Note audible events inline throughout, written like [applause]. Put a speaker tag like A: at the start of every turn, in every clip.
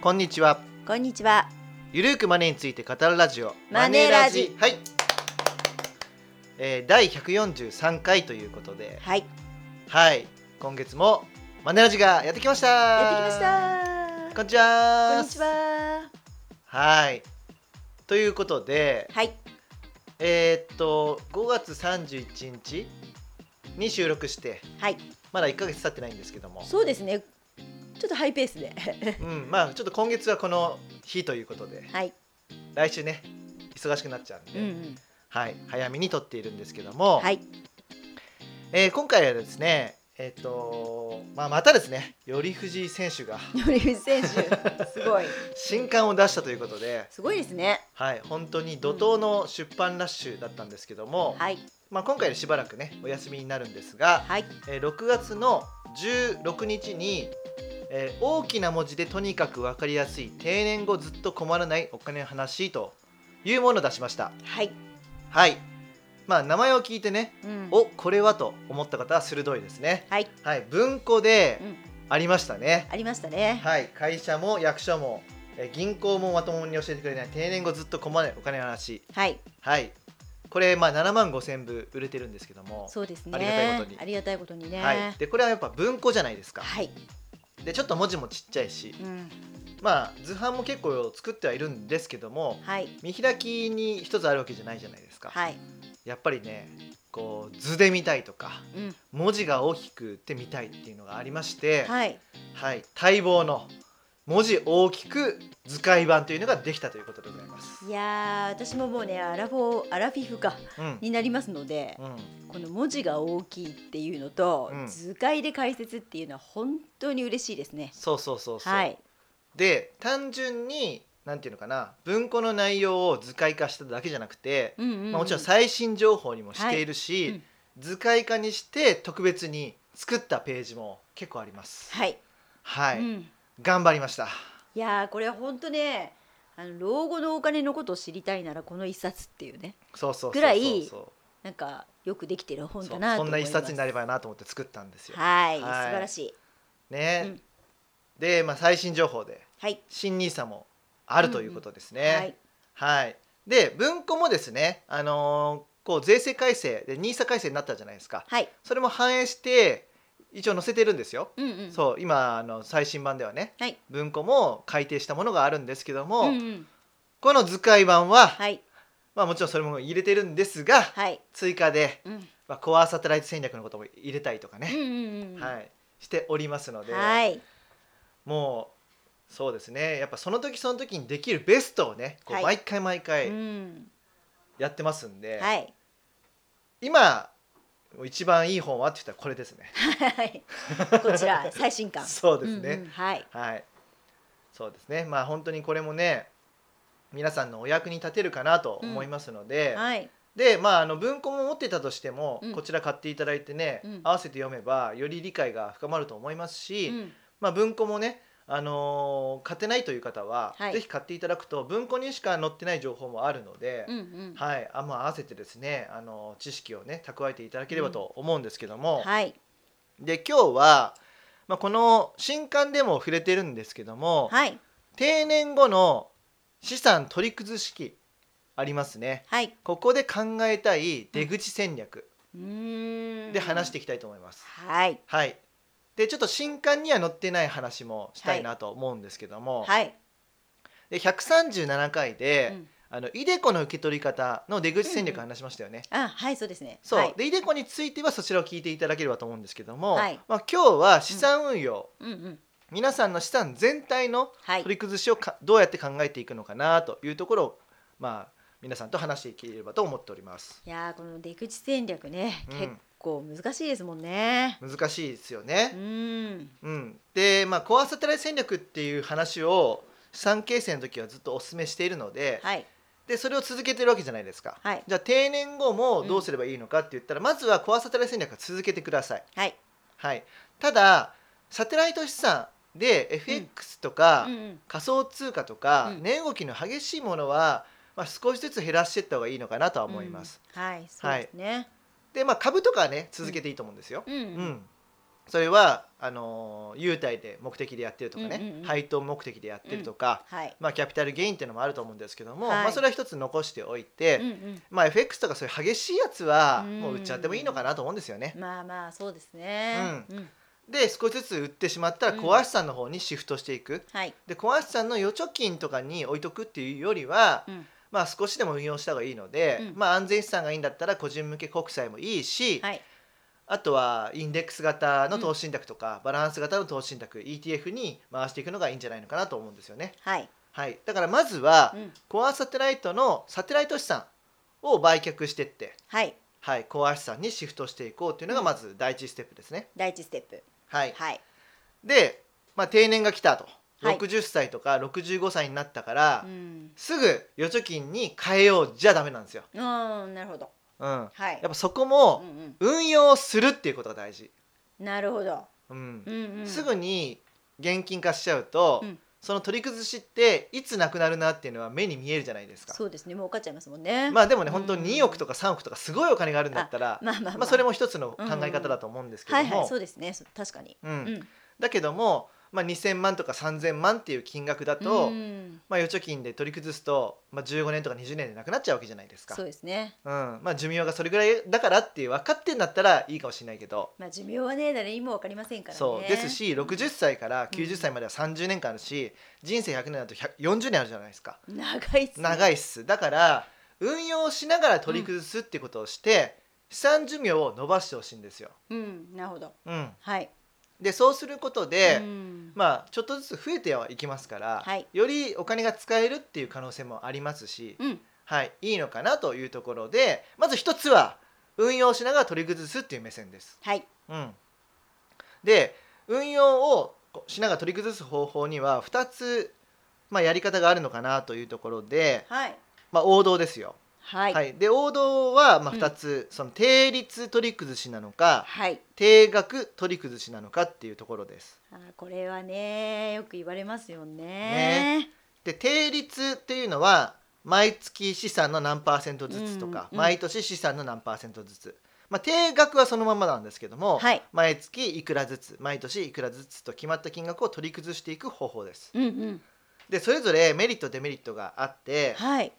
A: こんにちは
B: こんにちは。
A: ゆるーくマネーについて語るラジオ
B: マネラジ
A: はい、えー、第143回ということで
B: はい。
A: はい今月もマネラジがやってきました
B: やってきました。
A: こんにちは
B: こんにちは。
A: はいということで
B: はい。
A: えーっと5月31日に収録して
B: はい。
A: まだ1ヶ月経ってないんですけども
B: そうですね。ちょっとハイペースで。
A: うんまあちょっと今月はこの日ということで
B: はい。
A: 来週ね忙しくなっちゃうん
B: う
A: で、
B: んうん。
A: はい、早めに撮っているんですけども、
B: はい。
A: えー今回はですねえーっと、まあ、またですね頼藤選手が
B: 森口選手。すごい。
A: 新刊を出したということで、
B: すごいですね。
A: はい、本当に怒涛の出版ラッシュだったんですけども、
B: はい。
A: まあ、今回でしばらくねお休みになるんですが、
B: はい。
A: えー6月の16日に、えー大きな文字でとにかく分かりやすい定年後ずっと困らないお金の話」というものを出しました
B: はい。
A: はいまあ名前を聞いてね
B: うん。
A: おこれはと思った方は鋭いですね
B: はい。
A: はい文庫で
B: うん。
A: ありましたね
B: ありましたね。
A: はい会社も役所も、えー銀行もまともに教えてくれない定年後ずっと困らないお金の話
B: はい。
A: はいこれまあ7万5000部売れてるんですけども
B: そうですね。
A: ありがたいことに
B: ありがたいことにね。
A: はい、でこれはやっぱ文庫じゃないですか
B: はい。
A: でちょっと文字もちっちゃいし
B: うん。
A: まあ図版も結構作ってはいるんですけども
B: はい。
A: 見開きに一つあるわけじゃないじゃないですか、
B: はい。
A: やっぱりねこう図で見たいとか
B: うん。
A: 文字が大きくて見たいっていうのがありまして、はい
B: はい。
A: 待望の文字大きく図解版というのができたということでございます。
B: いやー、私ももうね、アラフォー、アラフィフか、
A: うん
B: になりますので。
A: うん
B: この文字が大きいっていうのと、
A: うん
B: 図解で解説っていうのは本当に嬉しいですね。
A: そうそうそうそう。
B: はい、
A: で単純になんていうのかな文庫の内容を図解化しただけじゃなくて、
B: うんうんう
A: まあ、もちろん最新情報にもしているし、
B: はいうん
A: 図解化にして特別に作ったページも結構あります。
B: はい、
A: はい、
B: うん、
A: 頑張りました。
B: いやーこれは本当ねあの老後のお金のことを知りたいならこの一冊っていうね
A: そうそうそうそうそう
B: ぐらい
A: そう
B: なんかよくできてる本
A: そ
B: だなと思
A: んな
B: います
A: 一冊になればなと思って作ったんですよ。
B: は
A: はい
B: い、素晴らしい
A: ね、
B: うん
A: で、まあ、最新情報で
B: はい、
A: 新ニーサもあるということです
B: は
A: ね
B: い。、
A: はい、で文庫もですね、あのーこう税制改正でニーサ改正になったじゃないですか。
B: はい、
A: それも反映して一応載せてるんですよ。
B: うんうん
A: そう今あの最新版ではね
B: はい、
A: 文庫も改訂したものがあるんですけど
B: う
A: も、
B: んうん、
A: この図解版は、
B: はい
A: まあ、もちろんそれも入れてるんですが、
B: はい、
A: 追加で、
B: うん、
A: まあ、コアサテライト戦略のことも入れたりとか
B: うん
A: ね、
B: うんうん
A: はい、しておりますので、
B: はい
A: もうそうですねやっぱその時その時にできるベストをねこ
B: は
A: う
B: い
A: 毎回毎
B: う
A: 回
B: ん
A: やってますんで、
B: はい
A: 今一番いい本はって言ったらこれですね。 [laughs]
B: はいこちら最新刊
A: そうですね、
B: んんはい
A: はい、そうですね。まあ本当にこれもね、皆さんのお役に立てるかなと思いますので、
B: はい
A: で、まああの文庫も持ってたとしても、
B: うん
A: こちら買っていただいてね、
B: うん
A: 合わせて読めばより理解が深まると思いますし、
B: うん
A: まあ文庫もね。あのー買ってないという方は、
B: はい
A: ぜひ買っていただくと文庫にしか載ってない情報もあるので、
B: うんうん
A: はいあまあ合わせてですね、あのー知識をね蓄えていただければと思うんですけども、
B: はい
A: で今日は、まあ、この新刊でも触れてるんですけども、
B: はい
A: 定年後の資産取り崩し期ありますね
B: はい
A: ここで考えたい出口戦略
B: うーん
A: で話していきたいと思います、
B: はい
A: はいでちょっと新刊には載ってない話もしたいなと思うんですけども、
B: はい
A: で137回
B: う
A: で、
B: ん
A: あのイデコの受け取り方の出口戦略話しましたよね、
B: あはいそうですね
A: そう、
B: はい
A: でイデコについてはそちらを聞いていただければと思うんですけども、
B: はい
A: まあ、今日は資産運用、
B: うんうん
A: 皆さんの資産全体の
B: はい
A: 取り崩しをかどうやって考えていくのかなというところを、まあ、皆さんと話していければと思っております。
B: いやーこの出口戦略ね
A: うん
B: 結構難しいですもんね
A: 難しいですよ
B: う
A: ね、
B: ん
A: うんで、まあ、コアサテライト戦略っていう話を資産形成の時はずっとお勧めしているので,、
B: はい
A: でそれを続けてるわけじゃないですか。
B: はい
A: じゃあ定年後もどうすればいいのかって言ったら、まずはコアサテライト戦略は続けてください。
B: はい
A: はい、ただサテライト資産で FX とか、
B: うんうん
A: 仮想通貨とか
B: うん
A: 値動きの激しいものは、まあ、少しずつ減らしていった方がいいのかなとは思います。
B: うんはいそうですね
A: で、まあ、株とかはね続けていいと思うんですよ。
B: うん
A: うん
B: うん
A: それはあの優待で目的でやってるとかね、
B: うんうんうん
A: 配当目的でやってるとか、
B: はい。
A: まあ、キャピタルゲインっていうのもあると思うんですけども、
B: はい
A: まあ、それは一つ残しておいて、
B: うんうん
A: まあ、FX とかそういう激しいやつは
B: うん
A: もう売っちゃってもいいのかなと思うんですよね。
B: まあまあそうですね。うん
A: で少しずつ売ってしまったら
B: うん
A: 小足さんの方にシフトしていく。
B: はい。
A: で小足さんの預貯金とかに置いとくっていうよりは、
B: うん
A: まあ、少しでも運用した方がいいので、
B: うん
A: まあ、安全資産がいいんだったら個人向け国債もいいし、
B: はい。
A: あとはインデックス型の投資信託とか、バランス型の投資信託 ETF に回していくのがいいんじゃないのかなと思うんですよね。
B: はい。
A: はい、だからまずは、
B: うん
A: コアサテライトのサテライト資産を売却してって、
B: はい。
A: はい、コア資産にシフトしていこうっていうのがまず第一ステップですね。
B: 第一ステップ。
A: はい、
B: はい。
A: で、まあ、定年が来たと、
B: はい
A: 60歳とか65歳になったから、
B: うん。
A: すぐ預貯金に変えようじゃダメなんですよ。
B: うん、なるほど。
A: うん、や
B: はい。
A: っぱそこ
B: う
A: も
B: ん
A: 運用するっていうことが大事。
B: うん。なるほど。
A: うん
B: うんうん。
A: すぐに現金化しちゃうと、
B: うん
A: その取り崩しっていつなくなるなっていうのは目に見えるじゃないですか。
B: そうですね。もう分かっちゃいますもんね。
A: まあでもね本当
B: うん
A: に2億とか3億とかすごいお金があるんだったら、
B: まあまあ
A: まあ、それも一つの考え方だと思うんですけ
B: は
A: ど
B: いはい
A: も
B: そうですね。そ確かに。
A: う
B: うんん。
A: だけども、まあ、2,000万とか3,000万っていう金額だと、
B: うん
A: まあ、預貯金で取り崩すと、まあ、15年とか20年でなくなっちゃうわけじゃないですか
B: そうですね。
A: うんまあ、寿命がそれぐらいだからって分かってんだったらいいかもしれないけど、
B: まあ寿命はね誰にも分かりませんからね。
A: そうですし60歳から90歳までは30年間あるし、人生100年だと100 40年あるじゃないですか
B: 長いっすね。
A: 長
B: い。
A: いっすだから運用しながら取り崩すってことをして、資産寿命を伸ばしてほしいんですよ、
B: うん。なるほど。
A: うん、
B: はい。
A: でそうすることで、
B: うん
A: まあちょっとずつ増えてはいきますから、
B: はい
A: よりお金が使えるっていう可能性もありますし、
B: うん。
A: はい、いいのかなというところでまず一つは運用しながら取り崩すっていう目線です。
B: はい。
A: うん、で運用をこうしながら取り崩す方法には2つ、まあ、やり方があるのかなというところで、
B: はい。
A: まあ、王道ですよ。
B: はい。
A: はい、で王道はまあ2つ、その定率取り崩しなのか
B: はい。
A: 定額取り崩しなのかっていうところです。
B: あーこれはねよく言われますよね。
A: で定率っていうのは毎月資産の何パーセントずつと
B: うん
A: か、
B: うん
A: 毎年資産の何パーセントずつ、まあ、定額はそのままなんですけども、
B: はい。
A: 毎月いくらずつ毎年いくらずつと決まった金額を取り崩していく方法です
B: うんうん。
A: でそれぞれメリットデメリットがあって、
B: はい。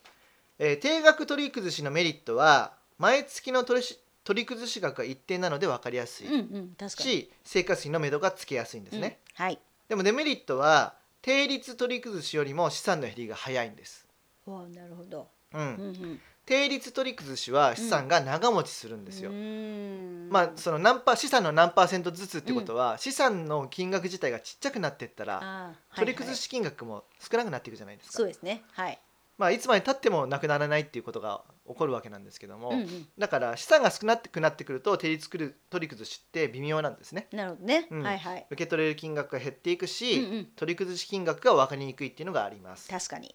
A: えー定額取り崩しのメリットは毎月の取りし取り崩し額が一定なので分かりやすい
B: うんうん。確かに。
A: し、生活費の目処がつけやすいんですね、
B: うん。はい。
A: でもデメリットは定率取り崩しよりも資産の減りが早いんです
B: おなるほど。
A: うん、
B: うんうん。
A: 定率取り崩しは資産が長持ちするんですよ。
B: うーん
A: まあその何パー資産の何パーセントずつってことは、資産の金額自体がちっちゃくなってったら
B: あー
A: 取り崩
B: はい
A: し金額も少なくなっていくじゃないで
B: はい
A: すか、
B: そうですね。はい。
A: まあ、いつまでたってもなくならないっていうことが起こるわけなんですけども、
B: うんうん。
A: だから資産が少なくなってくると定率くる取り崩しって微妙なんですね
B: なるほどね。
A: うん
B: はいはい。
A: 受け取れる金額が減っていく
B: うん
A: し、
B: うん。
A: 取り崩し金額が分かりにくいっていうのがあります、
B: 確かに。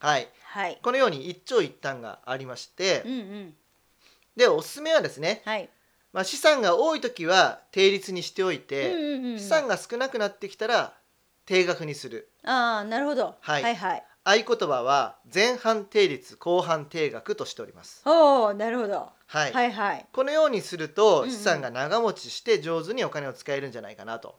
A: はい、
B: はい。
A: このように一長一短がありまして、
B: うんうん。
A: でおすすめはですね
B: はい。
A: まあ、資産が多い時は定率にしておい
B: うん
A: て、
B: うんうん。
A: 資産が少なくなってきたら定額にする
B: ああなるほど。
A: はい
B: はいはい。
A: 合言葉は前半定率後半定額としております、
B: おおなるほど。
A: はい
B: はいはい。
A: このようにする
B: うんう
A: と
B: ん
A: 資産が長持ちして上手にお金を使えるんじゃないかなと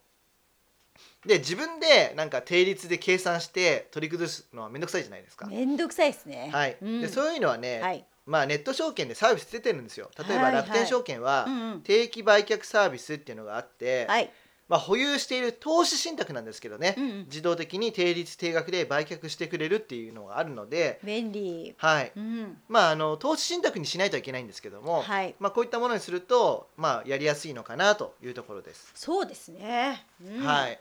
A: で自分でなんか定率で計算して取り崩すのはめんどくさいじゃないですか、
B: めんどくさいですね。
A: はい
B: うん
A: でそういうのはね、
B: はい。
A: まあ、ネット証券でサービス出てるんですよ例え
B: は
A: ば
B: いはい
A: 楽天証券は
B: うんうん。
A: 定期売却サービスっていうのがあって、
B: はい。
A: まあ、保有している投資信託なんですけどね、
B: うんうん。
A: 自動的に定率定額で売却してくれるっていうのがあるので、
B: 便利。
A: はい
B: うん。
A: まあ、あの投資信託にしないといけないんですけども、
B: はい。
A: まあ、こういったものにすると、まあ、やりやすいのかなというところです。
B: そうですね。うん
A: はい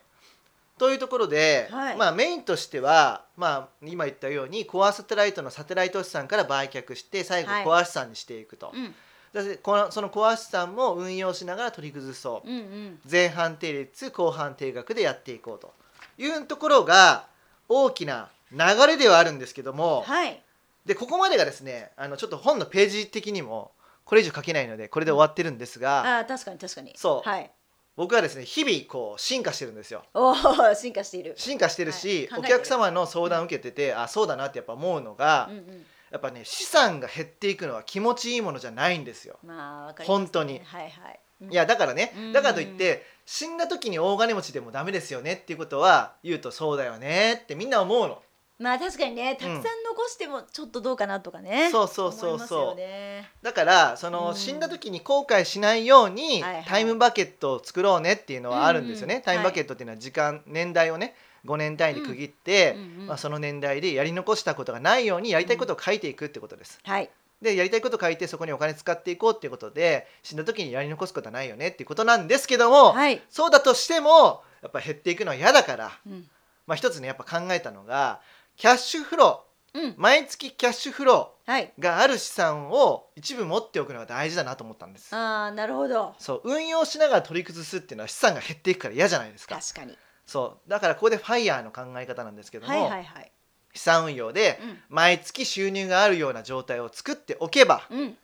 A: というところで、
B: はい
A: まあ、メインとしては、まあ、今言ったようにコアサテライトのサテライト資産から売却して最後
B: はい
A: コア資産にしていくと、
B: うん。
A: だってこのそのコア資産も運用しながら取り崩そう、
B: うんうん。
A: 前半定率後半定額でやっていこうというところが大きな流れではあるんですけども、
B: はい。
A: でここまでがですねあのちょっと本のページ的にもこれ以上書けないのでこれで終わってるんですが、
B: ああ確かに確かに。
A: そう
B: はい。
A: 僕はですね日々こう進化してるんですよ
B: おお進化している。
A: 進化してるし、
B: はい考え
A: お
B: てる
A: 客様の相談を受けてて、あそうだなってやっぱ思うのが、
B: うんうん。
A: やっぱね資産が減っていくのは気持ちいいものじゃないんですよ
B: まあわかりますね
A: 本当に
B: はいはい。うん
A: いやだからね
B: うん
A: だからといって死んだ時に大金持ちでもダメですよねっていうことは言うとそうだよねってみんな思うの
B: まあ確かにねたくさん残してもちょっとどうかなとかね、
A: そうそうそう
B: 思いますよ
A: そう
B: ね
A: だからその、
B: うん
A: 死んだ時に後悔しないように、
B: はいはい
A: タイムバケットを作ろうねっていうのはあるんですよね、
B: うんうん
A: タイムバケットっていうのは時間年代をね5年単位で区切って、
B: うんうん
A: まあ、その年代でやり残したことがないようにやりたいことを書いていくってことです。
B: はい
A: でやりたいことを書いてそこにお金使っていこうっていうことで死んだ時にやり残すことはないよねっていうことなんですけども、
B: はい、
A: そうだとしてもやっぱ減っていくのは嫌だから、
B: うん
A: まあ、一つねやっぱ考えたのがキャッシュフロ
B: うん
A: ー毎月キャッシュフロ
B: はい
A: ーがある資産を一部持っておくのが大事だなと思ったんです。
B: あーなるほど
A: そう運用しながら取り崩すっていうのは資産が減っていくから嫌じゃないですか
B: 確かに
A: そうだからここでファイヤーの考え方なんですけども、
B: はいはいはい
A: 資産運用で
B: うん
A: 毎月収入があるような状態を作っておけば
B: うん、
A: い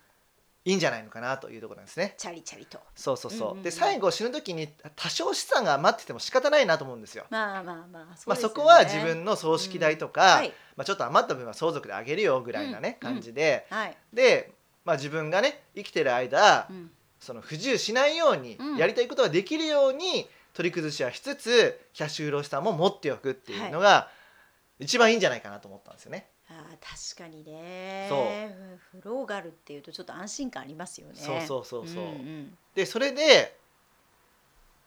A: いんじゃないのかなというところなんですね。
B: チャリチャリと
A: そうそうそう。
B: うんうんうん
A: で最後死ぬ時に多少資産が余ってても仕方ないなと思うんですよ。
B: まあまあまあそ,、
A: まあそこは自分の葬式代とか、
B: はい
A: まあちょっと余った分は相続であげるよぐらいなね、
B: うんうん
A: 感じで、
B: はい、
A: で、まあ自分がね生きてる間、
B: うん、
A: その不自由しないように、
B: うん
A: やりたいことができるように取り崩しはしつつキャッシュフロー資産も持っておくっていうのが、一番いいんじゃないかなと思ったんですよね。
B: あー確かにね
A: そ
B: フフローガルっていうとちょっと安心感ありますよね
A: そう
B: う
A: そうそうそう。
B: んうん
A: でそれで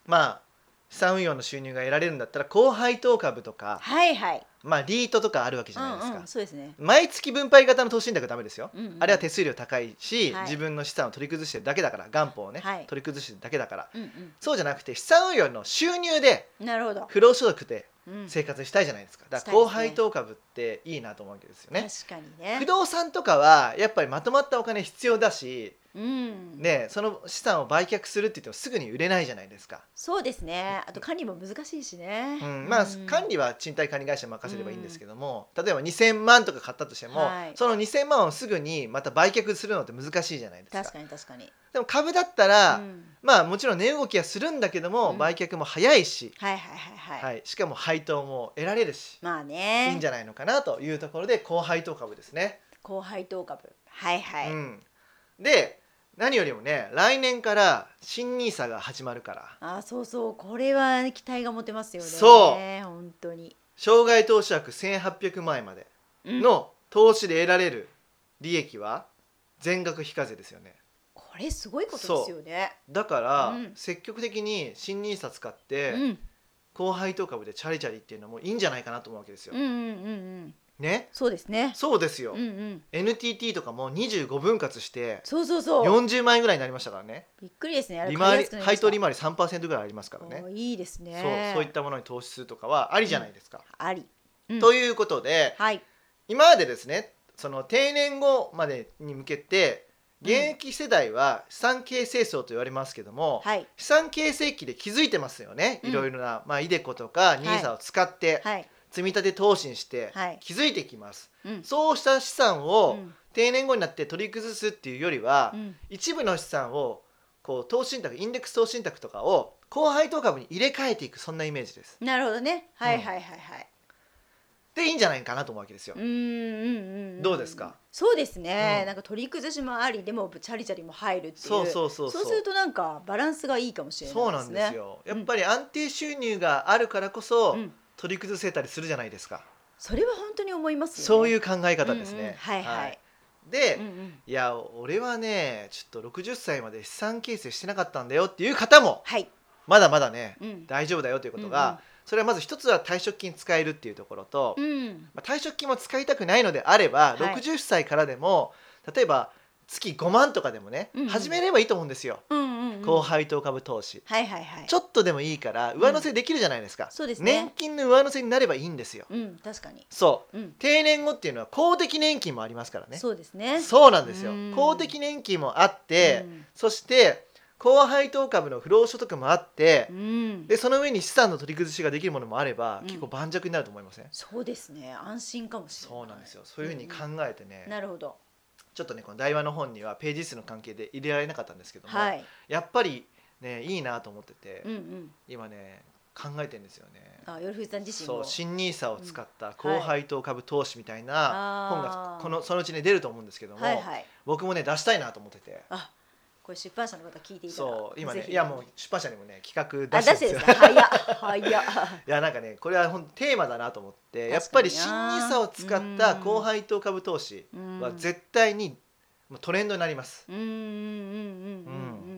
A: まあ資産運用の収入が得られるんだったら高配当株とか、
B: はいはい
A: まあ、リートとかあるわけじゃないですか、
B: うんうん、そうですね、
A: 毎月分配型の投資信託はダメですよ、
B: うんうん
A: あれは手数料高いし、
B: はい
A: 自分の資産を取り崩してるだけだから元本をね、
B: はい
A: 取り崩してるだけだから
B: うんう
A: そうじゃなくて資産運用の収入で
B: ん、なるほど、
A: 不労所得で
B: うん、
A: 生活したいじゃないですかだ
B: し
A: か
B: た
A: ら
B: いです
A: 高
B: ね
A: 配当株っていいなと思うわけですよね
B: 確かにね
A: 不動産とかはやっぱりまとまったお金必要だし、
B: うん、
A: ね、その資産を売却するって言ってもすぐに売れないじゃないですか
B: そうですねあと管理も難しいしね、
A: うん、まあ管
B: 理
A: 理は賃貸管理会社に任せればいいんですけども、例えば2000万とか買ったとしても、
B: はい
A: その2000万をすぐにまた売却するのって難しいじゃないですか
B: 確かに確かに
A: でも株だったら、
B: うん
A: まあもちろん値動きはするんだけども、
B: うん
A: 売却も早いし、
B: はいはいはいはい、
A: はい、しかも配当も得られるし、
B: まあね
A: いいんじゃないのかなというところで高配当株ですね、
B: 高配当株はいはい、
A: うん、で何よりもね来年から新ニーサが始まるから
B: あそうそうこれは期待が持てますよね
A: そう
B: 本当に、
A: 障害投資額1800万円まで
B: うん
A: の投資で得られる利益は全額非課税ですよね
B: これすごいことですよね
A: だから、
B: うん
A: 積極的に新ニーサ使って、
B: うん
A: 高配当株でチャリチャリっていうのもいいんじゃないかなと思うわけですよ、
B: うんうんうんうん
A: ね
B: そうですね
A: そうですよ、
B: うんうん
A: NTT とかも25分割して
B: そうそうそう
A: 40万円ぐらいになりましたからね
B: びっくりですねあれ
A: 利
B: 買い
A: 回
B: や
A: り
B: すくなりま
A: 配
B: した
A: 当利回り3%ぐらいありますからね
B: おーいいです
A: そう
B: ね
A: そういったものに投資するとかはありじゃないですか、
B: あり、うん
A: ということで、
B: はい
A: 今までですねその定年後までに向けて
B: うん
A: 現役世代は資産形成層と言われますけども、
B: はい
A: 資産形成期で気づいてますよね、
B: うん
A: いろいろな、まあ、イデコとか
B: い
A: NISA を使って
B: はい
A: 積み立て投資にして
B: はい
A: 気づいてきます、
B: うん
A: そうした資産
B: う
A: を
B: ん
A: 定年後になって取り崩すっていうよりは、
B: うん
A: 一部の資産をこう投資信託インデックス投資信託とかを高配当株に入れ替えていくそんなイメージです
B: なるほどねはいはいはいはい
A: でいいんじゃないかなと思うわけですよ、
B: うんうんうんん
A: どうですか
B: そうですね、
A: うん
B: なんか取り崩しもありでもチャリチャリも入るっていう
A: そうそうそう
B: そうするとなんかバランスがいいかもしれないですね
A: そうなんですよや
B: ん
A: っぱり安定収入があるからこそ、
B: うん
A: 取り崩せたりするじゃないですか、
B: それは本当に思いますよね
A: そういうう考え方ですね、
B: んうんはいはい、
A: で、
B: うんうん
A: いや俺はねちょっと60歳まで資産形成してなかったんだよっていう方も
B: はい、
A: まだまだね
B: うん
A: 大丈夫だよということが、それはまず一つは退職金使えるっていうところと、
B: うんうん
A: まあ、退職金も使いたくないのであれば、
B: はい
A: 60歳からでも例えば月5万とかでもね、
B: うんうん
A: 始めればいいと思うんですよ、
B: うんうんうん
A: 高配当株投資、
B: はいはいはい
A: ちょっとでもいいから上乗せできるじゃないですか、
B: そうですね
A: 年金の上乗せになればいいんですよ、
B: うん確かに
A: そう
B: うん
A: 定年後っていうのは公的年金もありますからね
B: そうですね
A: そうなんですよ
B: うん
A: 公的年金もあって、
B: うん
A: そして高配当株の不労所得もあって
B: う、ん
A: でその上に資産の取り崩しができるものもあれば、
B: うん
A: 結構盤石になると思いません、
B: そうですね安心かもしれない
A: そうなんですよそういうふうに考えてね、
B: なるほど
A: ちょっとねこの台湾の本にはページ数の関係で入れられなかったんですけども、
B: はい
A: やっぱりねいいなと思ってて、
B: うんうん
A: 今ね考えてるんですよね。
B: あよるふじさん自身
A: そ
B: も
A: う新ニーサを使った
B: は
A: 高
B: い
A: 配当株投資みたいな本が
B: あー
A: このそのうちね出ると思うんですけども、
B: はいはい
A: 僕もね出したいなと思ってて
B: あこれ出版社の方聞いていたら
A: そう今
B: ぜ
A: ね
B: ひ
A: いやもう出版社にもね企
B: あ
A: 画
B: 出
A: 出
B: し
A: し
B: て
A: て
B: る
A: る
B: ん
A: んで
B: で
A: すす
B: か
A: よ
B: 早っ
A: [laughs]
B: 早っ
A: いやなんかねこれは本当テーマだなと思ってやっ
B: 確か
A: ぱ
B: に
A: り
B: な
A: 新 NISA を使った後輩と株投資
B: うん
A: は絶対にもうトレンドになります
B: うんうんうんうんうんうんうん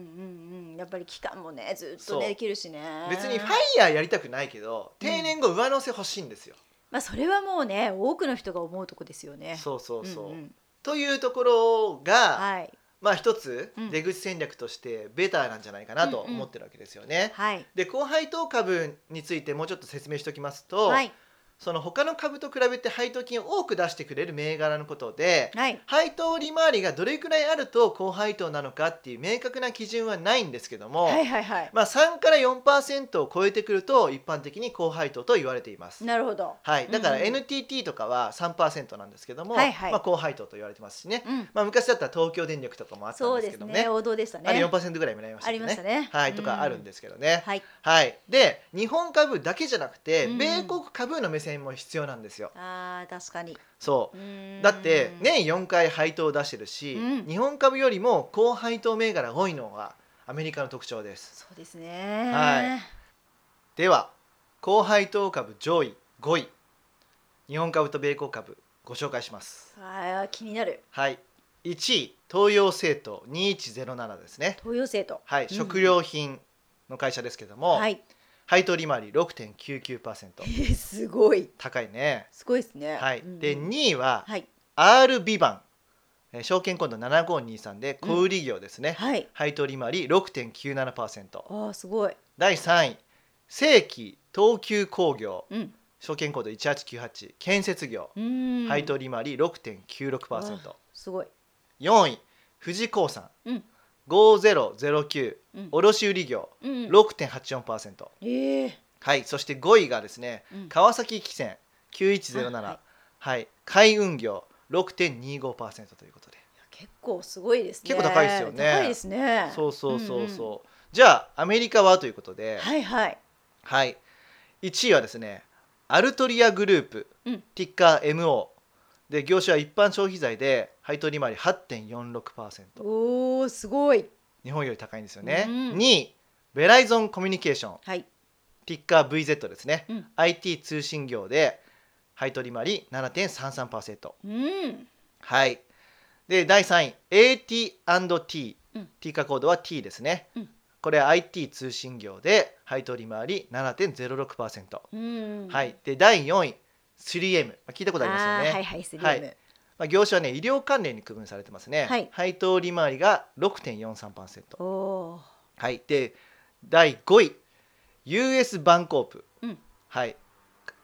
B: やっぱり期間もねずっとね
A: そう
B: できるしね
A: 別にファイヤーやりたくないけど定年後上乗せ欲しいんですよ、
B: まあそれはもうね多くの人が思うとこですよね
A: そうそうそう、
B: んん
A: というところが、
B: はい
A: まあ一つ
B: うん
A: 出口戦略としてベターなんじゃないかなと
B: うんうん
A: 思ってるわけですよね。
B: はい
A: で後輩当株についてもうちょっと説明しておきますと、
B: はい
A: その他の株と比べて配当金を多く出してくれる銘柄のことで
B: はい
A: 配当利回りがどれくらいあると高配当なのかっていう明確な基準はないんですけども、
B: はいはいはい
A: まあ、3から4%を超えてくると一般的に高配当と言われています。
B: なるほど
A: はい、だから
B: うんうん
A: NTT とかは3%なんですけども、
B: はいはい
A: まあ、高配当と言われてますしね、
B: うん
A: まあ、昔だったら東京電力とかもあった
B: そ
A: ん
B: う
A: ですけ
B: です
A: どもね
B: ね王道でしたね
A: あれ4%ぐらいもらいましたけ
B: あり
A: ど
B: ました
A: ね。
B: ね
A: はい、とかあるん
B: で
A: ですけどね、
B: はい
A: はい、で日本株だけじゃなくて
B: うん
A: 米国株の目線も必要なんですよ、
B: あー確かに
A: そううんだって年4回配当を出してるし、
B: うん
A: 日本株よりも高配当銘柄が多いのがアメリカの特徴です
B: そうですね
A: はでは高配当株上位5位日本株と米国株ご紹介します
B: あー気になる
A: はい1位東洋製糖2107ですね
B: 東洋生徒
A: はい、
B: うん
A: 食料品の会社ですけども、
B: はい
A: 配当利回り6.99%
B: えーすごい
A: 高いね
B: すごいですね
A: はい、
B: うんうん
A: で2位は
B: はい
A: R ビバンえー証券コード7523で小売業ですね、
B: はい
A: 配当利回り6.97%
B: あーすごい
A: 第3位正規東急工業
B: うん
A: 証券コード1898建設業
B: うーん
A: 配当利回り6.96%、
B: すごい
A: 4位富士興産、
B: うん
A: 5009
B: うん
A: 卸売業
B: うん
A: 6.84%、
B: ええ
A: はいそして5位がですね
B: うん
A: 川崎汽船9107
B: あ
A: は
B: はい
A: い、海運業6.25%ということで、
B: 結構すごいですね
A: 結構高いですよね
B: 高いですね
A: そうそうそうそう、
B: んん
A: じゃあアメリカはということで、
B: はいはい
A: はい、1位はですねアルトリアグループ、
B: うん
A: ティッカー MO で業種は一般消費財で配当利回り8.46%
B: おおすごい
A: 日本より高いんですよね、
B: うん
A: 2位ベライゾンコミュニケーション
B: はい
A: ティッカー VZ ですね、
B: うん
A: IT 通信業で配当利回り7.33%
B: うん
A: はいで第3位 AT&T、
B: うん
A: ティッカーコードは T ですね、
B: うん
A: これ IT 通信業で配当利回り7.06%、
B: うん
A: はい、で第4位 3M、まあ、聞いたことありますよ
B: あ
A: ね
B: ー、はいはいスリ
A: は
B: ー
A: い
B: ム
A: まあ、業種はね医療関連に区分されてますね、
B: はい
A: 配当利回りが6.43%
B: おお
A: はいで第5位 US バンコープ、
B: うん
A: はい、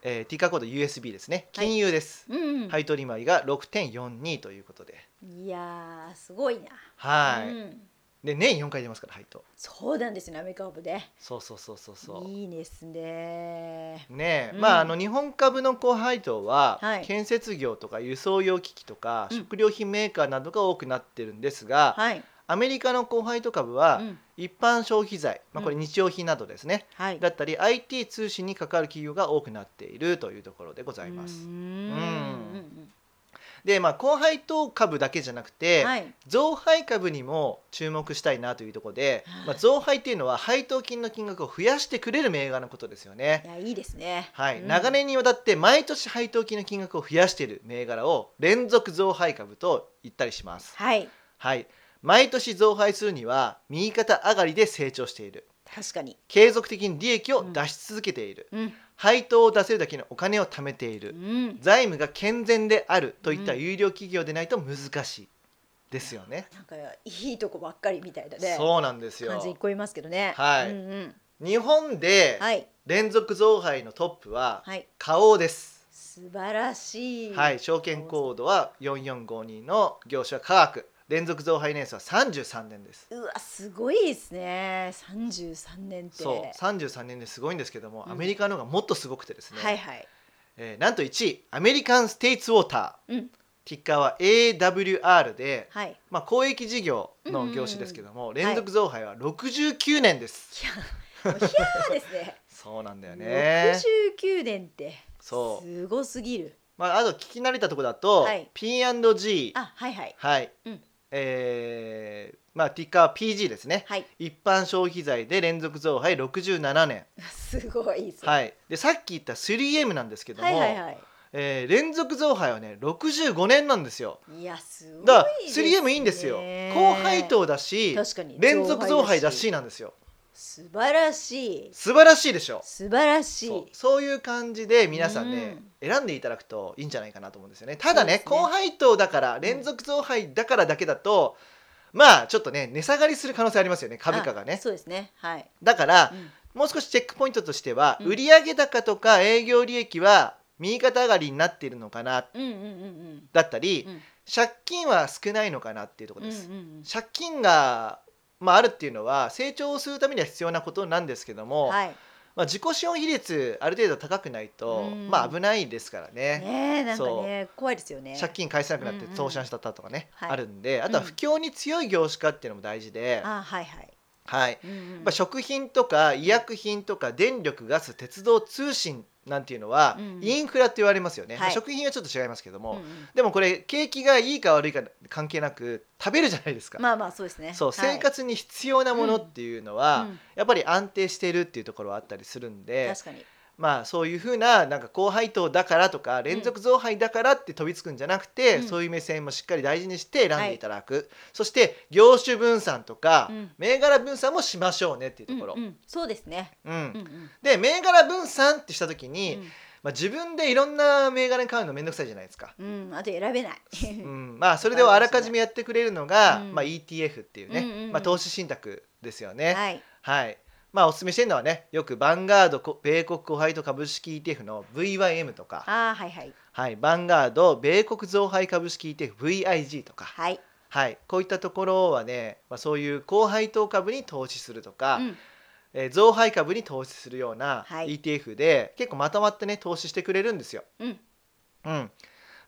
A: えー、ティカコード USB ですね
B: はい
A: 金融です、
B: うん
A: 配当利回りが6.42ということで
B: いやーすごいな
A: はい、
B: うん
A: で年4回出ますから配当
B: そうなんですねアメリカ株で
A: そうそうそうそうそう
B: いいですね
A: ねえ、
B: うん
A: まああの日本株の高配当は、
B: はい
A: 建設業とか輸送用機器とか、
B: うん
A: 食料品メーカーなどが多くなってるんですが、
B: はい
A: アメリカの高配当株は、
B: うん
A: 一般消費財、まあ、これ日用品などですね、
B: はい
A: だったり IT 通信に関わる企業が多くなっているというところでございます、
B: うーん
A: んでまあ高配当株だけじゃなくて、
B: はい
A: 増配株にも注目したいなというところで、まあ、増配っていうのは配当金の金額を増やしてくれる銘柄のことですよね
B: いやいいですね
A: はい、
B: うん
A: 長年にわたって毎年配当金の金額を増やしている銘柄を連続増配株と言ったりします。
B: はい
A: はい、毎年増配するには右肩上がりで成長している
B: 確かに
A: 継続的に利益を出し続けている、
B: うん
A: 配当を出せるだけのお金を貯めていうる、
B: ん
A: 財務が健全であるといった
B: うん
A: 優良企業でないと難しいですよね。
B: なんかいいとこばっかりみたいだね
A: そうなんです
B: 感
A: よ
B: じに聞こえますけどね
A: はい
B: うんうん
A: 日本で
B: はい
A: 連続増配のトップは
B: はい
A: 花王です。
B: 素晴らしい
A: はい、証券コードは4452の業種は科学連続増配年数は33年です
B: うわすごいですね33年って
A: そう33年ですごいんですけども、
B: うん
A: アメリカの方がもっとすごくてですね、
B: はいはい
A: えーなんと1位アメリカン・ステイツ・ウォーター、
B: うん
A: ティッカーは AWR で、
B: はいい
A: [laughs]
B: や
A: まあ、公益事業の業種ですけども、連続増配は69年です、
B: もうひゃーですね
A: そうなんだよね、
B: 69年って
A: そう
B: すごすぎる
A: まあ、あと聞き慣れたとこだと、
B: はい
A: P&G
B: あはいはい
A: はい、
B: うん
A: ええーまあ、ティッカーは PG ですね
B: はい。 [laughs]
A: 一般消費財で連続増配67年、
B: すごいですね。
A: はい、でさっき言った 3M なんですけども、
B: はいはいは
A: えー連続増配はね65年なんですよ
B: い。いやすごい
A: だから
B: ですね。
A: 3M いいんですよ高配当だし
B: 確かに
A: 連続増配だし。なんですよ
B: 素晴らしい。
A: 素晴らしいでしょ
B: 素晴らし
A: そう
B: い。
A: そういう感じで皆さんね、選んでいただくといいんじゃないかなと思うんですよねただね
B: そうです
A: 高
B: ね
A: 配当だから連続増配だからだけだと、まあちょっとね値下がりする可能性ありますよね株価が
B: あ
A: ね
B: そうですね。はい。
A: だから
B: うん
A: もう少しチェックポイントとしては、
B: うん
A: 売上高とか営業利益は右肩上がりになっているのかな
B: うんうんうん
A: だったり、
B: うん
A: 借金は少ないのかなっていうとこ
B: うん。
A: ろです、
B: うんうん
A: 借金が、まあ、あるっていうのは成長をするためには必要なことなんですけど
B: う
A: も、
B: ん。はい。
A: まあ、自己資本比率ある程度高くないと、
B: うん
A: まあ、危ないですからね
B: ねえなんかね怖いですよね。
A: 借金返せなくなって
B: うんうん
A: 倒産したとかね、
B: はい
A: あるんであとは
B: うん
A: 不況に強い業種化っていうのも大事で、
B: あはいはい。
A: はい
B: うんうん
A: まあ、食品とか医薬品とか電力ガス鉄道通信なんていうのは
B: うん
A: インフラって言われますよね、
B: はい
A: まあ食品はちょっと違いますけども、
B: うんうん
A: でもこれ景気がいいか悪いか関係なく食べるじゃないですか。
B: まあまあそうですね。
A: そう
B: はい
A: 生活に必要なものっていうのは、
B: うん
A: やっぱり安定してるっていうところはあったりするんで
B: 確かに。
A: まあそういうふうななんか高配当だからとか連続増配だからって飛びつくんじゃなくて、
B: うん
A: そういう目線もしっかり大事にして選んでいただく、そして業種分散とか、
B: うん
A: 銘柄分散もしましょうねっていうところ。
B: うんうんそうですね。
A: う
B: うん
A: ん
B: うん
A: で銘柄分散ってした時に、
B: うん
A: まあ、自分でいろんな銘柄に買うのめんどくさいじゃないですか。
B: うん、あと選
A: [laughs]
B: べない。
A: うん、まあそれではあらかじめやってくれるのが、
B: うん
A: まあ、ETF っていうね、
B: うんうんうん
A: まあ、投資信託ですよね。
B: [laughs] はい。
A: はいまあ、おすすめしてるのはねよくバンガードこ米国ホワイト株式 ETF の VYM とか、
B: あーはいはい
A: はい、バンガード米国増配株式 ETFVIG とか、
B: はい。
A: はい、こういったところはね、まあ、そういう高配当株に投資するとか、
B: うん
A: えー増配株に投資するような
B: はい
A: ETF で、結構まとまってね投資してくれるんですよ。
B: うん
A: うん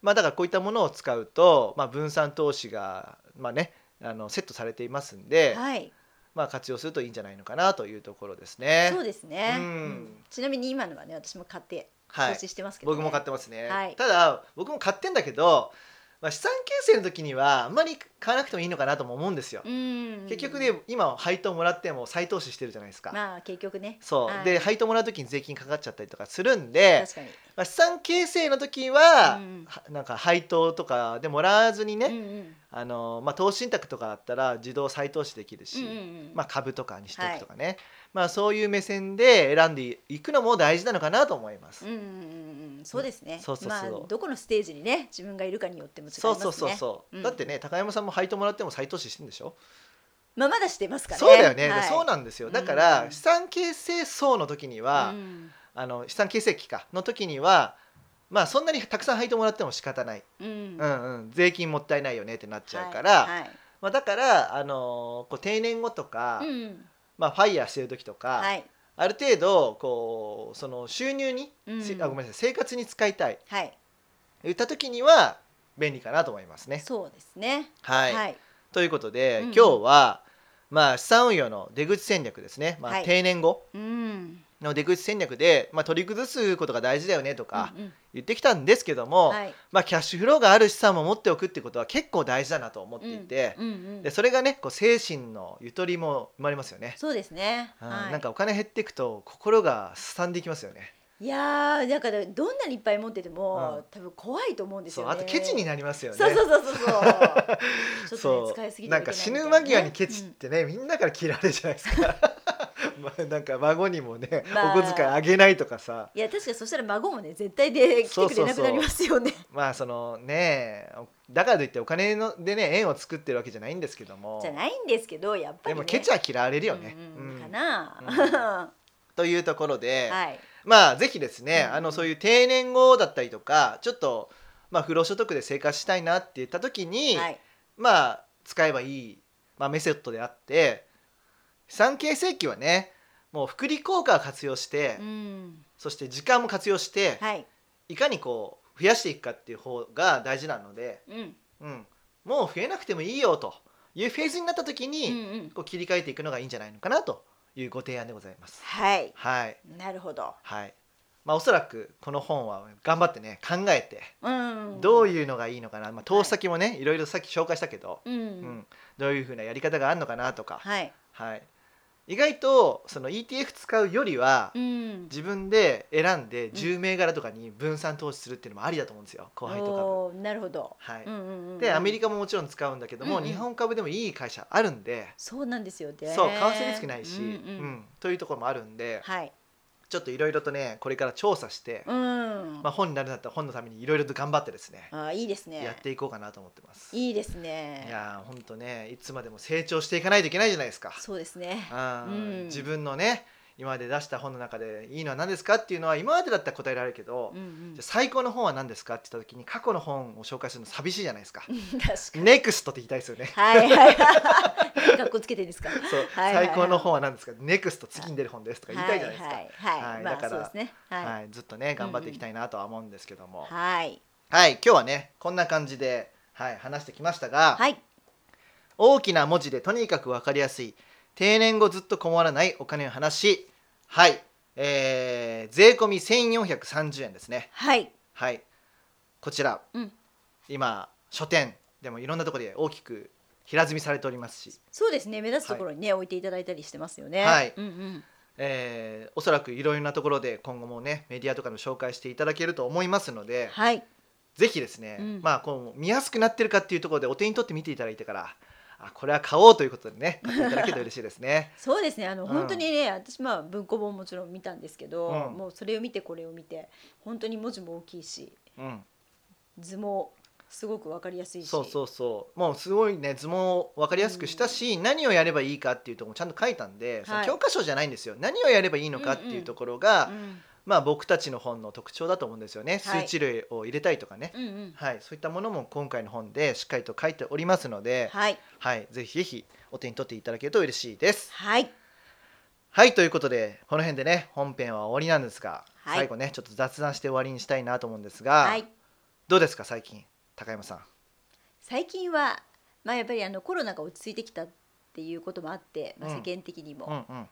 A: まあ、だからこういったものを使うと、まあ、分散投資が、まあね、あのセットされていますんで、
B: はい。
A: まあ、活用するといいんじゃないのかなというところですね。
B: そうですね。
A: う
B: うんんちなみに今のはね、私も買って
A: は
B: 投
A: い、
B: 資してますけどね。
A: 僕も買ってますね、
B: はい
A: ただ僕も買ってんだけど、まあ、資産形成の時にはあんまり買わなくてもいいのかなとも思うんですよ。
B: うん。
A: 結局ね今配当もらっても再投資してるじゃないですか。
B: まあ結局ね。
A: そう、
B: はい
A: で配当もらう時に税金かかっちゃったりとかするんで、
B: 確かに。
A: まあ、資産形成の時は、
B: うん
A: はなんか配当とかでもらわずにね、
B: うんうん
A: あのまあ、投資信託とかあったら自動再投資できるし、
B: うんうんうん
A: まあ、株とかにしていくとかね、まあ、そういう目線で選んでいくのも大事なのかなと思います。
B: うんうんうんうんそうですね。
A: そうそうそう
B: まあどこのステージにね、自分がいるかによっても違います
A: そ
B: ね。
A: うそうそうそう、
B: うん
A: だってね高山さんも配当もらっても再投資してるんでしょ、
B: まあまだしてますからね。
A: そうだよね、
B: はい
A: そうなんですよだから、
B: うん
A: 資産形成層の時には、
B: うん
A: あの資産形成期かの時にはまあそんなにたくさん配当もらっても仕方ない、
B: うん
A: う。んうん、税金もったいないよねってなっちゃうから、
B: はいはい
A: まあ、だから、あのーこう定年後とか、
B: うんうん
A: まあ、ファイヤーしてる時とか、
B: はい
A: ある程度こうその収入に、
B: うん
A: せあごめんなさい生活に使いたい
B: はい。
A: 言った時には便利かなと思いますね。
B: そうですね。
A: はい、
B: はい。
A: ということで、
B: うんうん
A: 今日は、まあ、資産運用の出口戦略ですね、まあ
B: はい
A: 定年後
B: うん。
A: の出口戦略で、まあ、取り崩すことが大事だよねとか
B: うんうん
A: 言ってきたんですけども、
B: はい。
A: まあ、キャッシュフローがある資産も持っておくってことは結構大事だなと思っていて、
B: うんうん
A: でそれがねこう精神のゆとりも生まれますよね。
B: そうですね。
A: うん
B: はい、
A: なんかお金減っていくと心がすさんでいきますよね。
B: いやーだからどんなにいっぱい持ってても、
A: うん
B: 多分怖いと思うんです
A: そ
B: よ
A: う
B: ね。
A: あとケチになりますよね。
B: そうそうそうそうそう。ちょっと、
A: [laughs] そ
B: ね、
A: う
B: 使いすぎて
A: な
B: はい
A: ん
B: け
A: か
B: い
A: 死
B: みたい
A: ぬ
B: な
A: 間
B: ね
A: 際にケチってね、みんなから嫌われるじゃないですか。 [laughs] まあ、なんか孫にもね、
B: まあ
A: お小遣いあげないとかさ
B: いや確かにそしたら孫もね絶対で来てくれなくなりますよね。
A: まあ [laughs] そのねだからといってお金のでね縁を作ってるわけじゃないんですけども
B: じゃないんですけどやっぱ
A: で
B: り、ね、
A: もケチは嫌われるよね。
B: うんうん
A: うん
B: かな、
A: というところで、
B: [laughs] はい。
A: まあぜひですね、
B: うん
A: あのそういう定年後だったりとかちょっと、まあ、不労所得で生活したいなって言った時に、
B: はい。
A: まあ使えばいい、まあ、メソッドであって資産形成期はねもう福利効果を活用して、
B: うん。
A: そして時間も活用して、
B: はい。
A: い、かにこう増やしていくかっていう方が大事なので、
B: うん。
A: うん、もう増えなくてもいいよというフェーズになった時
B: うんう
A: に、
B: ん。
A: こう切り替えていくのがいいんじゃないのかなというご提案でございます。
B: はい。
A: はい、
B: なるほど。
A: はいまあ、おそらくこの本は頑張ってね考えて
B: うん
A: どう
B: いう、
A: いうのがいいのかな、まあ、投資先もね、い、ろいろさっき紹介したけど、
B: うん
A: うんどういうふうなやり方があるのかなとか、
B: はい、
A: はい、意外とその ETF 使うよりは、
B: うん、
A: 自分で選んで10銘柄とかに分散投資するっていうのもありだと思うんですよ後輩とかも。
B: おーなるほど、
A: はい
B: うんうんうん、
A: でアメリカももちろん使うんだけども、
B: うんうん
A: 日本株でもいい会社あるんで、
B: そうなんですよね
A: そう為替リスクないし、う
B: う
A: んん
B: うん
A: というところもあるんで
B: はい、
A: ちょっといろいろとねこれから調査して、
B: うん
A: まあ、本になるんだったら本のためにいろいろと頑張ってですね
B: あーいいですね
A: やっていこうかなと思ってます。
B: いいですね
A: いやーほんとねいつまでも成長していかないといけないじゃないですか。
B: そうですね
A: あー
B: うん
A: 自分のね今まで出した本の中でいいのは何ですかっていうのは今までだったら答えられるけど、
B: うんうん
A: じゃあ最高の本は何ですかって言った時に過去の本を紹介するの寂しいじゃないですか。
B: うん [laughs] 確かに
A: ネクストって言いたいですよ
B: [laughs]
A: ね。
B: はいはいはい格好つけてんですか
A: そう、
B: はいはいはい
A: 最高の本は何ですかネクスト次に出る本ですとか言いたいじゃないですか。
B: はいはい、はい
A: はい
B: ま
A: だ
B: あ
A: か
B: そう
A: ら
B: ですね
A: はい
B: はい、
A: ずっとね頑張っていきたいなとは思うんですけども、はい、
B: はい
A: 今日はねこんな感じで、はい、話してきましたが、
B: はい
A: 大きな文字でとにかく分かりやすい定年後ずっと困らないお金の話はいえー、税込み1430円ですね
B: はい
A: はいこちら、
B: うん
A: 今書店でもいろんなところで大きく平積みされておりますし、
B: そうですね目立つところにね、置いていただいたりしてますよね
A: はい
B: うんうん
A: えーおそらくいろいろなところで今後もねメディアとかの紹介していただけると思いますので、
B: はい
A: ぜひですね、
B: うん
A: まあこう見やすくなってるかっていうところでお手に取って見ていただいてからあこれは買おうということでね買っていただけると嬉しいです
B: [laughs]
A: ね
B: そうですねあの、
A: うん
B: 本当にね私まあ文庫本もちろん見たんですけど、
A: うん
B: もうそれを見てこれを見て本当に文字も大きいし
A: うん
B: 図もすごくわかりやすいし
A: そうそうそうもうすごいね図も分かりやすくしたし、何をやればいいかっていうところもちゃんと書いたんで、その
B: はい
A: 教科書じゃないんですよ何をやればいいのかっていうところが、
B: うん
A: まあ僕たちの本の特徴だと思うんですよね、
B: はい
A: 数値類を入れたりとかね、
B: うんうん
A: はい、そういったものも今回の本でしっかりと書いておりますので、
B: はい
A: はい、ぜひぜひお手に取っていただけると嬉しいです。
B: はい
A: はいということでこの辺でね本編は終わりなんですが、
B: はい
A: 最後ねちょっと雑談して終わりにしたいなと思うんですが、
B: はい
A: どうですか最近高山さん。
B: 最近はまあやっぱりあのコロナが落ち着いてきたっていうこともあって、まあ、
A: うん
B: 世間的にも、
A: うんうん、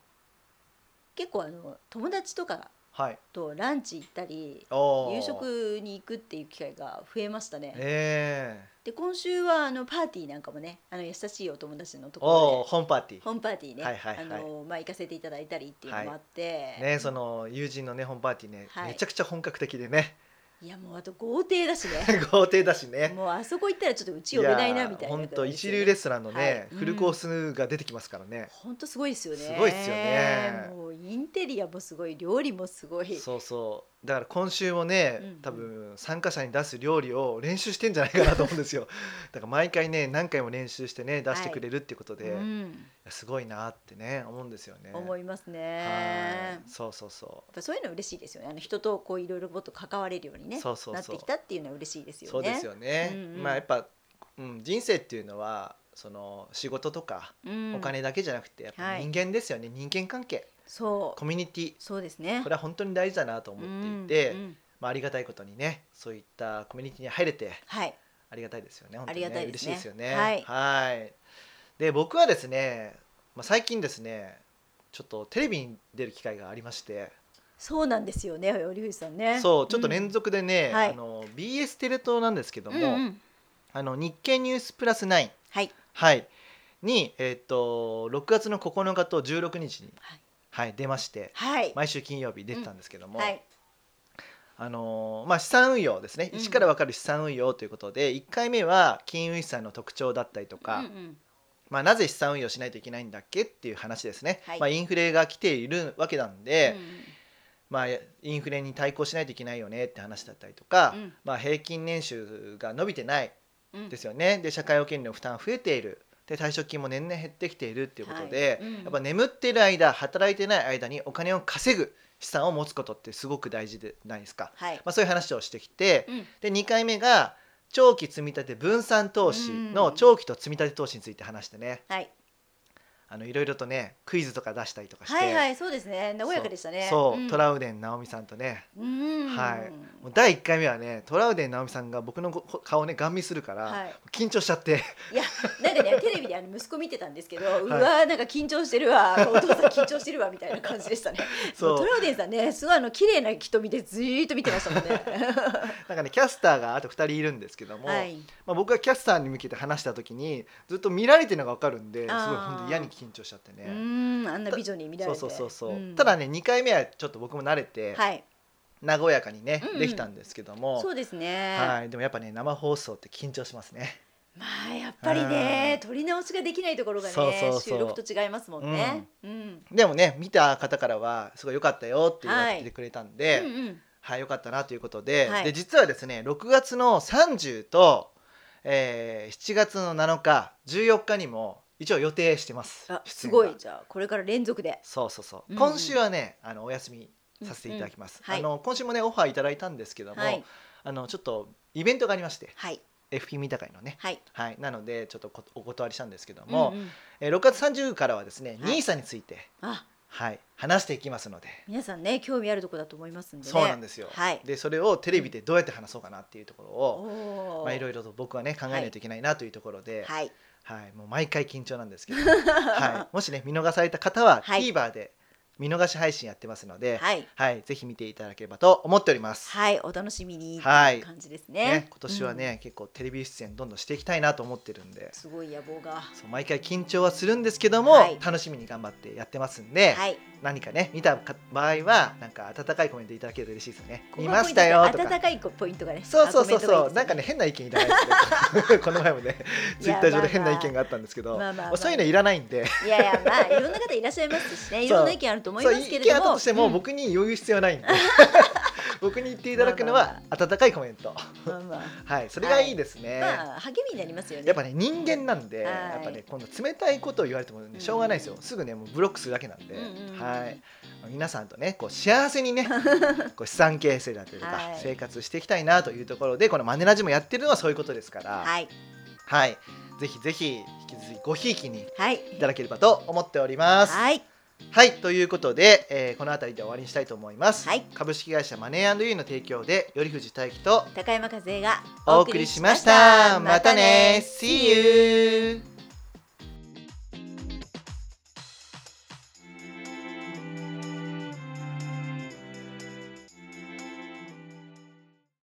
B: 結構あの友達とか
A: はい
B: とランチ行ったり
A: おー
B: 夕食に行くっていう機会が増えましたね。
A: え
B: で今週はあのパーティーなんかもねあの優しいお友達のと
A: ー、
B: ころ
A: お
B: で
A: お本パーティー。
B: ホームパーティーね、
A: はいはいはい
B: あのまあ行かせていただいたりっていうのもあって、
A: ね、その友人のね本パーティーね、
B: はい
A: めちゃくちゃ本格的でね [laughs]
B: いやもうあと豪邸だしね、
A: 豪邸だしね
B: もうあそこ行ったらちょっとうち呼べないなみたいな、
A: 本当一流レストランのね、
B: はい
A: フルコースが出てきますからね、
B: 本当すごいですよね。
A: すごいっすよね
B: もうインテリアもすごい、料理もすごい。
A: そうそうだから今週もね、
B: うんうん
A: 多分参加者に出す料理を練習してんじゃないかなと思うんです
B: [laughs]
A: よだから毎回ね何回も練習してね出してくれるってことで、
B: う
A: い
B: ん、
A: やすごいなってね思うんですよね
B: 思います
A: は
B: ね。
A: いそうそうそ
B: やっぱそういうの嬉しいですよね。あの人とこういろいろもっと関われるようにね
A: そうそうそう
B: なってきたっていうのは嬉しいです
A: う、
B: よね。
A: そうですよね、
B: うんうん
A: まあやっぱ、うん、人生っていうのはその仕事とか
B: うん
A: お金だけじゃなくてやっぱ
B: はい
A: 人間ですよね、人間関係
B: そう
A: コミュニティ
B: そうですね。
A: これは本当に大事だなと思っていて、
B: うんうん
A: まあ、ありがたいことにねそういったコミュニティに入れて
B: はい
A: ありがたいですよね本当に
B: ありがたいで
A: 嬉
B: すね
A: しいですよね
B: はい
A: いで僕はですね、まあ、最近ですねちょっとテレビに出る機会がありまして
B: そうなんですよね、織藤さんね。
A: そうちょっと連
B: 続
A: 続でね、
B: はい
A: あの BS テレ東なんですけども、
B: うんうん
A: あの日経ニュースプラス9、
B: はい
A: はい、に、えっと6月の9日と16日に、
B: はい
A: はい、出まして
B: はい
A: 毎週金曜日出てたんですけども、
B: はい
A: あのーまあ、資産運用ですね
B: うん
A: 一から分かる資産運用ということで、1回目は金融資産の特徴だったりとか、
B: うんうん
A: まあ、なぜ資産運用しないといけないんだっけっていう話ですね、
B: はい
A: まあ、インフレが来ているわけなん
B: うん
A: で、
B: うん
A: まあ、インフレに対抗しないといけないよねって話だったりとか、
B: うん
A: まあ、平均年収が伸びてない
B: うん
A: ですよねで社会保険料負担増えているで退職金も年々減ってきているっていうことで、
B: はいうん
A: やっぱ眠ってる間働いてない間にお金を稼ぐ資産を持つことってすごく大事でないですか、
B: はい
A: まあ、そういう話をしてきて、
B: うん
A: で2回目が長期積立分散投資の長期と積立投資について話してね、
B: はい
A: あのいろいろとねクイズとか出したりとかして、
B: はいはいそうですね和やかでしたね
A: そう、
B: ん
A: トラウデン直美さんとね
B: うん
A: はいもう第1回目はねトラウデン直美さんが僕のご顔をねガン見するから、
B: はい
A: 緊張しちゃって
B: いやなんかねテレビであの息子見てたんですけど、うわーなんか緊張してるわお父さん緊張してるわみたいな感じでしたね
A: [laughs] そう
B: もトラウデンさんねすごいあの綺麗な瞳でずーっと見てました
A: [laughs]
B: もんね
A: なんかねキャスターがあと2人いるんですけども、
B: はい
A: まあ、僕がキャスターに向けて話した時にずっと見られてるのが分かるんですごい
B: あー
A: 本当に嫌に緊張しちゃって
B: う
A: ね。
B: ーんあんな美女に見ら
A: そ
B: れ
A: う
B: て
A: そうそうそう、
B: ん
A: ただね2回目はちょっと僕も慣れて
B: はい
A: 和やかにね、
B: うんうん
A: できたんですけども
B: そうですね、
A: はいでもやっぱね生放送って緊張しますね。
B: まあやっぱりね撮り直しができないところがね
A: そうそうそう
B: 収録と違いますもんね、うん
A: でもね見た方からはすごい良かったよって言われ
B: は
A: て
B: い
A: くれたんで、
B: うんうん
A: はい、よかったなということで,、
B: はい
A: で実はですね6月の30と、えー7月の7日14日にも一応予定してます
B: あ
A: 出演が
B: すごいじゃあこれから連続で
A: そうそうそう、
B: うんうん
A: 今週はねあのお休みさせていただきます、
B: うんうんはい
A: あの今週もねオファーいただいたんですけども、
B: はい
A: あのちょっとイベントがありまして
B: はい
A: FP 見た会のね
B: はい
A: はいなのでちょっとこお断りしたんですけども、
B: んん
A: えー6月30からはですね、
B: はい
A: NISA について
B: あ
A: はい話していきますので
B: 皆さんね興味あるところだと思いますんでね
A: そうなんですよ、
B: はい
A: でそれをテレビでどうやって話そうかなっていうところを、
B: お
A: まあ、い
B: い
A: ろいろと僕はね考えないといけないなというところで、はい
B: はい
A: もう毎回緊張なんですけど、
B: [laughs]
A: はい、もしね見逃された方は
B: はい
A: TVer で見逃し配信やってますので、はい
B: はい
A: ぜひ見ていただければと思っております。
B: はいお楽しみにって
A: はい
B: いう感じです
A: ね
B: ね
A: 今年はね、結構テレビ出演どんどんしていきたいなと思ってるんで
B: うんすごい野望が
A: そう毎回緊張はするんですけども、
B: はい
A: 楽しみに頑張ってやってますんで、
B: はい
A: 何かね見たか場合はなんか温かいコメントいただけると嬉しいですね。
B: ここ
A: 見
B: が
A: ましたよと
B: ポイント
A: か
B: 温かいポイントがね
A: そうそうそう
B: あコメン
A: そ
B: ト
A: う、
B: がいいです
A: なんかね変な意見いただいてて [laughs] この前
B: [laughs]
A: もねツイッター上で変な意見があったんですけど、
B: まあまあまあ
A: そういうのいらないんで
B: いやいやまあいろんな方いらっしゃいますしねいろんな意見あると思
A: [laughs]
B: い
A: そ
B: ま
A: ういう
B: すけ
A: 意
B: れ
A: 見あ
B: ど
A: った
B: も
A: としても、僕に余裕必要ないんで僕に言っていただくの
B: まあ
A: は温かいコメント
B: ま
A: [laughs]
B: あまあ
A: はいそれがいいですね、
B: まあ励みになりますよね
A: やっぱね人間なんで、
B: はい
A: やっぱねこの冷たいことを言われてもねしょうがないですよ、
B: うん
A: すぐねもうブロックするだけなんで、
B: うんうん
A: はい皆さんとねこう幸せに
B: [laughs]
A: ねこう資産形成だったりとか、
B: はい
A: 生活していきたいなというところでこのマネラジもやってるのはそういうことですから、
B: はい
A: はい、ぜひぜひ引き続きごひいきに
B: はい
A: いただければと思っております。はい、
B: はい
A: ということで、えーこの辺りで終わりにしたいと思います。
B: はい
A: 株式会社マネーユーの提供で、頼藤大樹と
B: 高山和恵が
A: お送りしました。またね !See you!